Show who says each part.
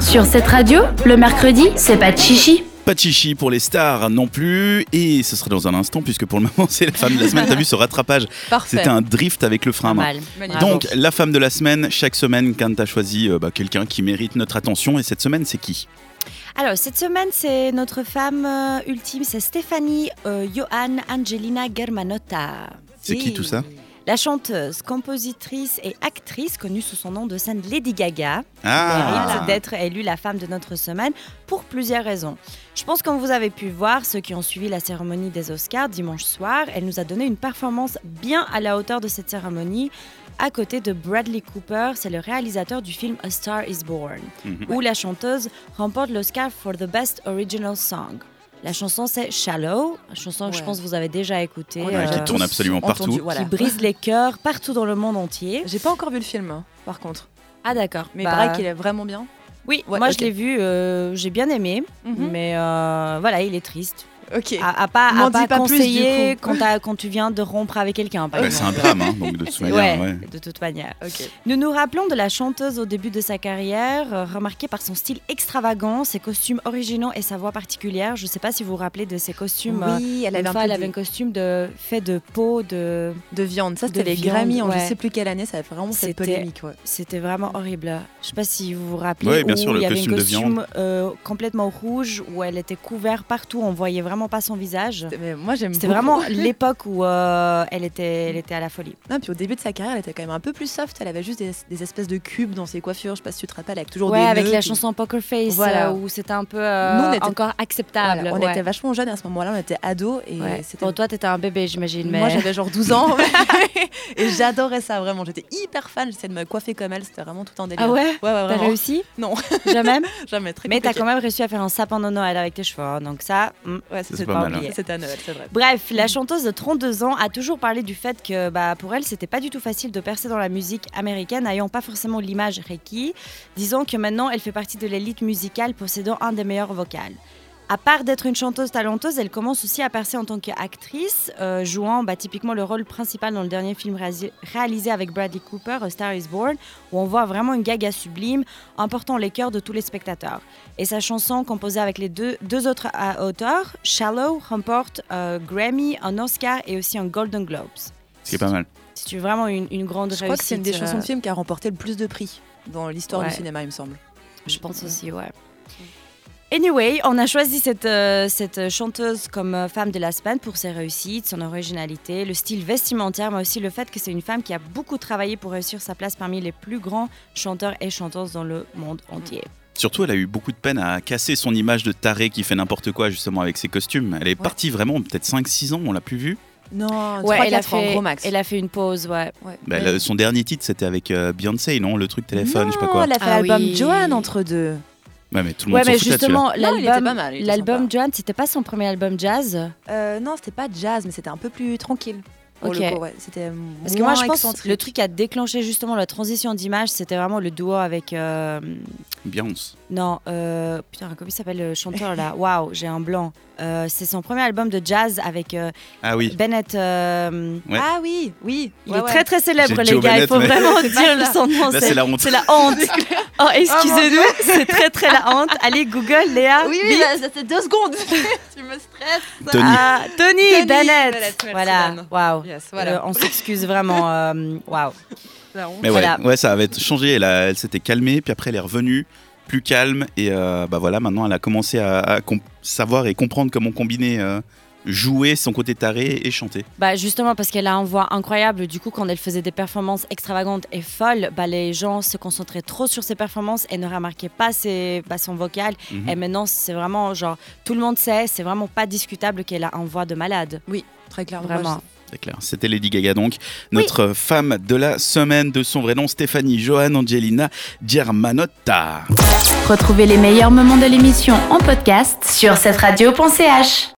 Speaker 1: Sur cette radio, le mercredi, c'est pas de chichi.
Speaker 2: Pas de chichi pour les stars non plus. Et ce sera dans un instant, puisque pour le moment, c'est la femme de la semaine. T'as vu ce rattrapage
Speaker 3: Parfait.
Speaker 2: C'était un drift avec le frein à main.
Speaker 3: Mal.
Speaker 4: Ah
Speaker 1: Magnifique.
Speaker 2: Donc, la femme de la semaine, chaque semaine, quand t'as choisi euh, bah, quelqu'un qui mérite notre attention, et cette semaine, c'est qui
Speaker 4: Alors, cette semaine, c'est notre femme euh, ultime, c'est Stéphanie euh, Johan Angelina Germanotta.
Speaker 2: C'est qui tout ça
Speaker 4: La chanteuse, compositrice et actrice connue sous son nom de scène Lady Gaga mérite
Speaker 2: Ah
Speaker 4: d'être élue la femme de notre semaine pour plusieurs raisons. Je pense comme vous avez pu voir, ceux qui ont suivi la cérémonie des Oscars dimanche soir, elle nous a donné une performance bien à la hauteur de cette cérémonie. À côté de Bradley Cooper, c'est le réalisateur du film A Star Is Born,
Speaker 2: Mhm.
Speaker 4: où la chanteuse remporte l'Oscar for the Best Original Song. La chanson c'est Shallow, une chanson que je
Speaker 3: Ouais.
Speaker 4: pense que vous avez déjà écoutée, euh,
Speaker 3: On
Speaker 2: Ouais,
Speaker 3: a
Speaker 2: qui
Speaker 3: tous
Speaker 2: tourne absolument
Speaker 3: euh, entendu,
Speaker 2: partout.
Speaker 3: voilà.
Speaker 4: qui brise les cœurs partout dans le monde entier.
Speaker 3: J'ai pas encore vu le film, hein, par contre.
Speaker 4: Ah d'accord,
Speaker 3: Mais
Speaker 4: Bah,
Speaker 3: pareil qu'il est vraiment bien.
Speaker 4: Oui,
Speaker 3: Ouais,
Speaker 4: moi
Speaker 3: ok.
Speaker 4: je l'ai vu, euh, j'ai bien aimé,
Speaker 3: Mhm.
Speaker 4: mais euh, voilà, il est triste.
Speaker 3: Ok.
Speaker 4: À, à pas, à
Speaker 3: M'en
Speaker 4: pas
Speaker 3: dis pas plus,
Speaker 4: conseiller
Speaker 3: du coup.
Speaker 4: quand, t'as- quand tu viens de rompre avec quelqu'un, par
Speaker 2: Bah, C'est un
Speaker 4: exemple.
Speaker 2: drame, hein, donc de toute manière,
Speaker 4: Ouais,
Speaker 2: ouais.
Speaker 4: de toute manière.
Speaker 3: Ok.
Speaker 4: Nous nous rappelons de la chanteuse au début de sa carrière, euh, remarquée par son style extravagant, ses costumes originaux et sa voix particulière. Je ne sais pas si vous vous rappelez de ses costumes. euh,
Speaker 3: Oui, elle
Speaker 4: une
Speaker 3: avait un
Speaker 4: fois,
Speaker 3: peu
Speaker 4: elle avait un
Speaker 3: de,
Speaker 4: costume de, fait de peau, de...
Speaker 3: de viande. Ça, c'était
Speaker 4: de
Speaker 3: les
Speaker 4: viande,
Speaker 3: Grammy en je
Speaker 4: ouais.
Speaker 3: sais plus quelle année. Ça a fait vraiment cette
Speaker 4: C'était-
Speaker 3: polémique. ouais.
Speaker 4: C'était vraiment horrible. Je sais pas si vous vous rappelez.
Speaker 2: Ouais, bien sûr,
Speaker 4: où
Speaker 2: le
Speaker 4: il y avait un
Speaker 2: costume de
Speaker 4: costume euh, complètement rouge où elle était couverte partout. On voyait vraiment pas son visage.
Speaker 3: Mais moi, j'aime
Speaker 4: C'était
Speaker 3: beaucoup.
Speaker 4: vraiment l'époque où euh, elle, était, elle était à la folie.
Speaker 3: Non, puis au début de sa carrière, elle était quand même un peu plus soft. Elle avait juste des, des espèces de cubes dans ses coiffures. Je sais pas si tu te rappelles, avec toujours
Speaker 4: Ouais,
Speaker 3: des
Speaker 4: avec
Speaker 3: nœuds,
Speaker 4: la
Speaker 3: puis-
Speaker 4: chanson Poker Face,
Speaker 3: Voilà.
Speaker 4: euh, où c'était un peu euh,
Speaker 3: Nous, on était-
Speaker 4: encore acceptable.
Speaker 3: Voilà, on
Speaker 4: ouais.
Speaker 3: était vachement jeunes à ce moment-là, on était ados et
Speaker 4: Ouais.
Speaker 3: c'était.
Speaker 4: Bon, toi, t'étais un bébé, j'imagine. Mais...
Speaker 3: Moi j'avais genre 12 ans et j'adorais ça vraiment. J'étais hyper fan, j'essayais de me coiffer comme elle, c'était vraiment tout un délire.
Speaker 4: ah ouais
Speaker 3: ouais, ouais,
Speaker 4: T'as
Speaker 3: vraiment.
Speaker 4: réussi
Speaker 3: Non.
Speaker 4: Jamais
Speaker 3: Jamais, très
Speaker 4: Mais t'as
Speaker 3: compliqué.
Speaker 4: quand même réussi à faire un sapin de Noël avec tes cheveux, hein, donc ça, hmm,
Speaker 3: Ouais,
Speaker 2: C'est
Speaker 3: c'était
Speaker 2: pas
Speaker 3: pas
Speaker 2: mal, hein.
Speaker 3: oublié. C'était à Noël, c'est vrai.
Speaker 4: Bref, la chanteuse de 32 ans a toujours parlé du fait que bah, pour elle, c'était pas du tout facile de percer dans la musique américaine, n'ayant pas forcément l'image Reiki, disant que maintenant elle fait partie de l'élite musicale possédant un des meilleurs vocales. À part d'être une chanteuse talenteuse, elle commence aussi à percer en tant qu'actrice, euh, jouant bah, typiquement le rôle principal dans le dernier film réasi- réalisé avec Bradley Cooper, A Star is Born, où on voit vraiment une gaga sublime, emportant les cœurs de tous les spectateurs. Et sa chanson, composée avec les deux, deux autres euh, auteurs, Shallow, remporte euh, Grammy, un Oscar et aussi un Golden Globes.
Speaker 2: C'est pas mal.
Speaker 4: C'est vraiment une, une grande
Speaker 3: Je
Speaker 4: réussite.
Speaker 3: crois que c'est une des chansons
Speaker 4: euh,
Speaker 3: de film qui a remporté le plus de prix dans l'histoire
Speaker 4: Ouais.
Speaker 3: du cinéma, il me semble.
Speaker 4: Je pense aussi, ouais. Anyway, on a choisi cette, euh, cette chanteuse comme euh, femme de la semaine pour ses réussites, son originalité, le style vestimentaire, mais aussi le fait que c'est une femme qui a beaucoup travaillé pour réussir sa place parmi les plus grands chanteurs et chanteuses dans le monde entier.
Speaker 2: Surtout, elle a eu beaucoup de peine à casser son image de tarée qui fait n'importe quoi, justement, avec ses costumes. Elle est partie vraiment, peut-être 5-6 ans, on l'a plus vue.
Speaker 3: Non,
Speaker 4: elle a,
Speaker 3: 3-4 ans,
Speaker 4: fait,
Speaker 3: gros max.
Speaker 4: elle a fait une pause, ouais.
Speaker 3: Ouais.
Speaker 2: Bah, elle a- son dernier titre, c'était avec euh, Beyoncé, non Le truc téléphone, je sais pas
Speaker 3: Non,
Speaker 2: quoi.
Speaker 3: Elle a fait
Speaker 4: Ah
Speaker 3: l'album
Speaker 4: oui.
Speaker 3: Joanne entre deux.
Speaker 2: Ouais, mais tout le monde
Speaker 4: Ouais,
Speaker 2: s'en
Speaker 4: mais
Speaker 2: fout hein. là-dessus, là.
Speaker 4: justement,
Speaker 3: Non, il était pas
Speaker 4: l'album
Speaker 3: mal. il était
Speaker 4: l'album
Speaker 3: sympa.
Speaker 4: Joanne, c'était pas son premier album jazz
Speaker 3: Euh, non, c'était pas jazz, mais c'était un peu plus tranquille. Pour
Speaker 4: Ok.
Speaker 3: le coup, ouais. C'était
Speaker 4: Parce que moi, je pense
Speaker 3: excentrique.
Speaker 4: le truc qui a déclenché justement la transition d'image, c'était vraiment le duo avec. euh,
Speaker 2: Beyoncé.
Speaker 4: non, euh, putain, comment il s'appelle le chanteur là Waouh, j'ai un blanc. Euh, c'est son premier album de jazz avec euh,
Speaker 2: Ah oui.
Speaker 4: Bennett. euh,
Speaker 2: Ouais.
Speaker 3: Ah oui, oui.
Speaker 4: il
Speaker 3: ouais,
Speaker 4: est
Speaker 3: ouais.
Speaker 4: très très célèbre,
Speaker 2: J'ai
Speaker 4: les
Speaker 2: Joe
Speaker 4: gars. il
Speaker 2: Bennett,
Speaker 4: faut
Speaker 2: mais-
Speaker 4: vraiment
Speaker 3: C'est pas
Speaker 4: dire
Speaker 3: ça.
Speaker 4: son nom.
Speaker 2: Là,
Speaker 4: c'est-
Speaker 2: c'est la honte.
Speaker 4: c'est la honte. Oh, excusez-nous, c'est très très la honte. Allez, Google, Léa.
Speaker 3: Ah Oui, oui, bah,
Speaker 4: Bip.
Speaker 3: là, ça fait deux secondes. tu me stresses.
Speaker 2: Tony.
Speaker 4: Ah, Tony,
Speaker 3: Tony
Speaker 4: Bennett.
Speaker 3: Bennett, merci,
Speaker 4: Voilà, Bah,
Speaker 3: Dan.
Speaker 4: waouh.
Speaker 3: Yes,
Speaker 4: Euh, on s'excuse vraiment. euh, Waouh.
Speaker 2: Mais ouais,
Speaker 4: Voilà.
Speaker 2: ouais, ça avait changé. Elle, a- elle s'était calmée, puis après, elle est revenue plus calme. Et euh, bah voilà, maintenant, elle a commencé à, à comp- savoir et comprendre comment combiner euh, jouer son côté taré et chanter.
Speaker 4: Bah justement parce qu'elle a un voix incroyable, du coup quand elle faisait des performances extravagantes et folles, bah les gens se concentraient trop sur ses performances et ne remarquaient pas ses, bah, son vocal.
Speaker 2: Mhm.
Speaker 4: Et maintenant c'est vraiment genre tout le monde sait, c'est vraiment pas discutable qu'elle a un voix de malade.
Speaker 3: Très clairement.
Speaker 4: Vraiment.
Speaker 2: C'est clair. C'était Lady Gaga donc, notre femme de la semaine de son vrai nom, Stéphanie Johan Angelina Germanotta.
Speaker 1: Retrouvez les meilleurs moments de l'émission en podcast sur cette radio.ch.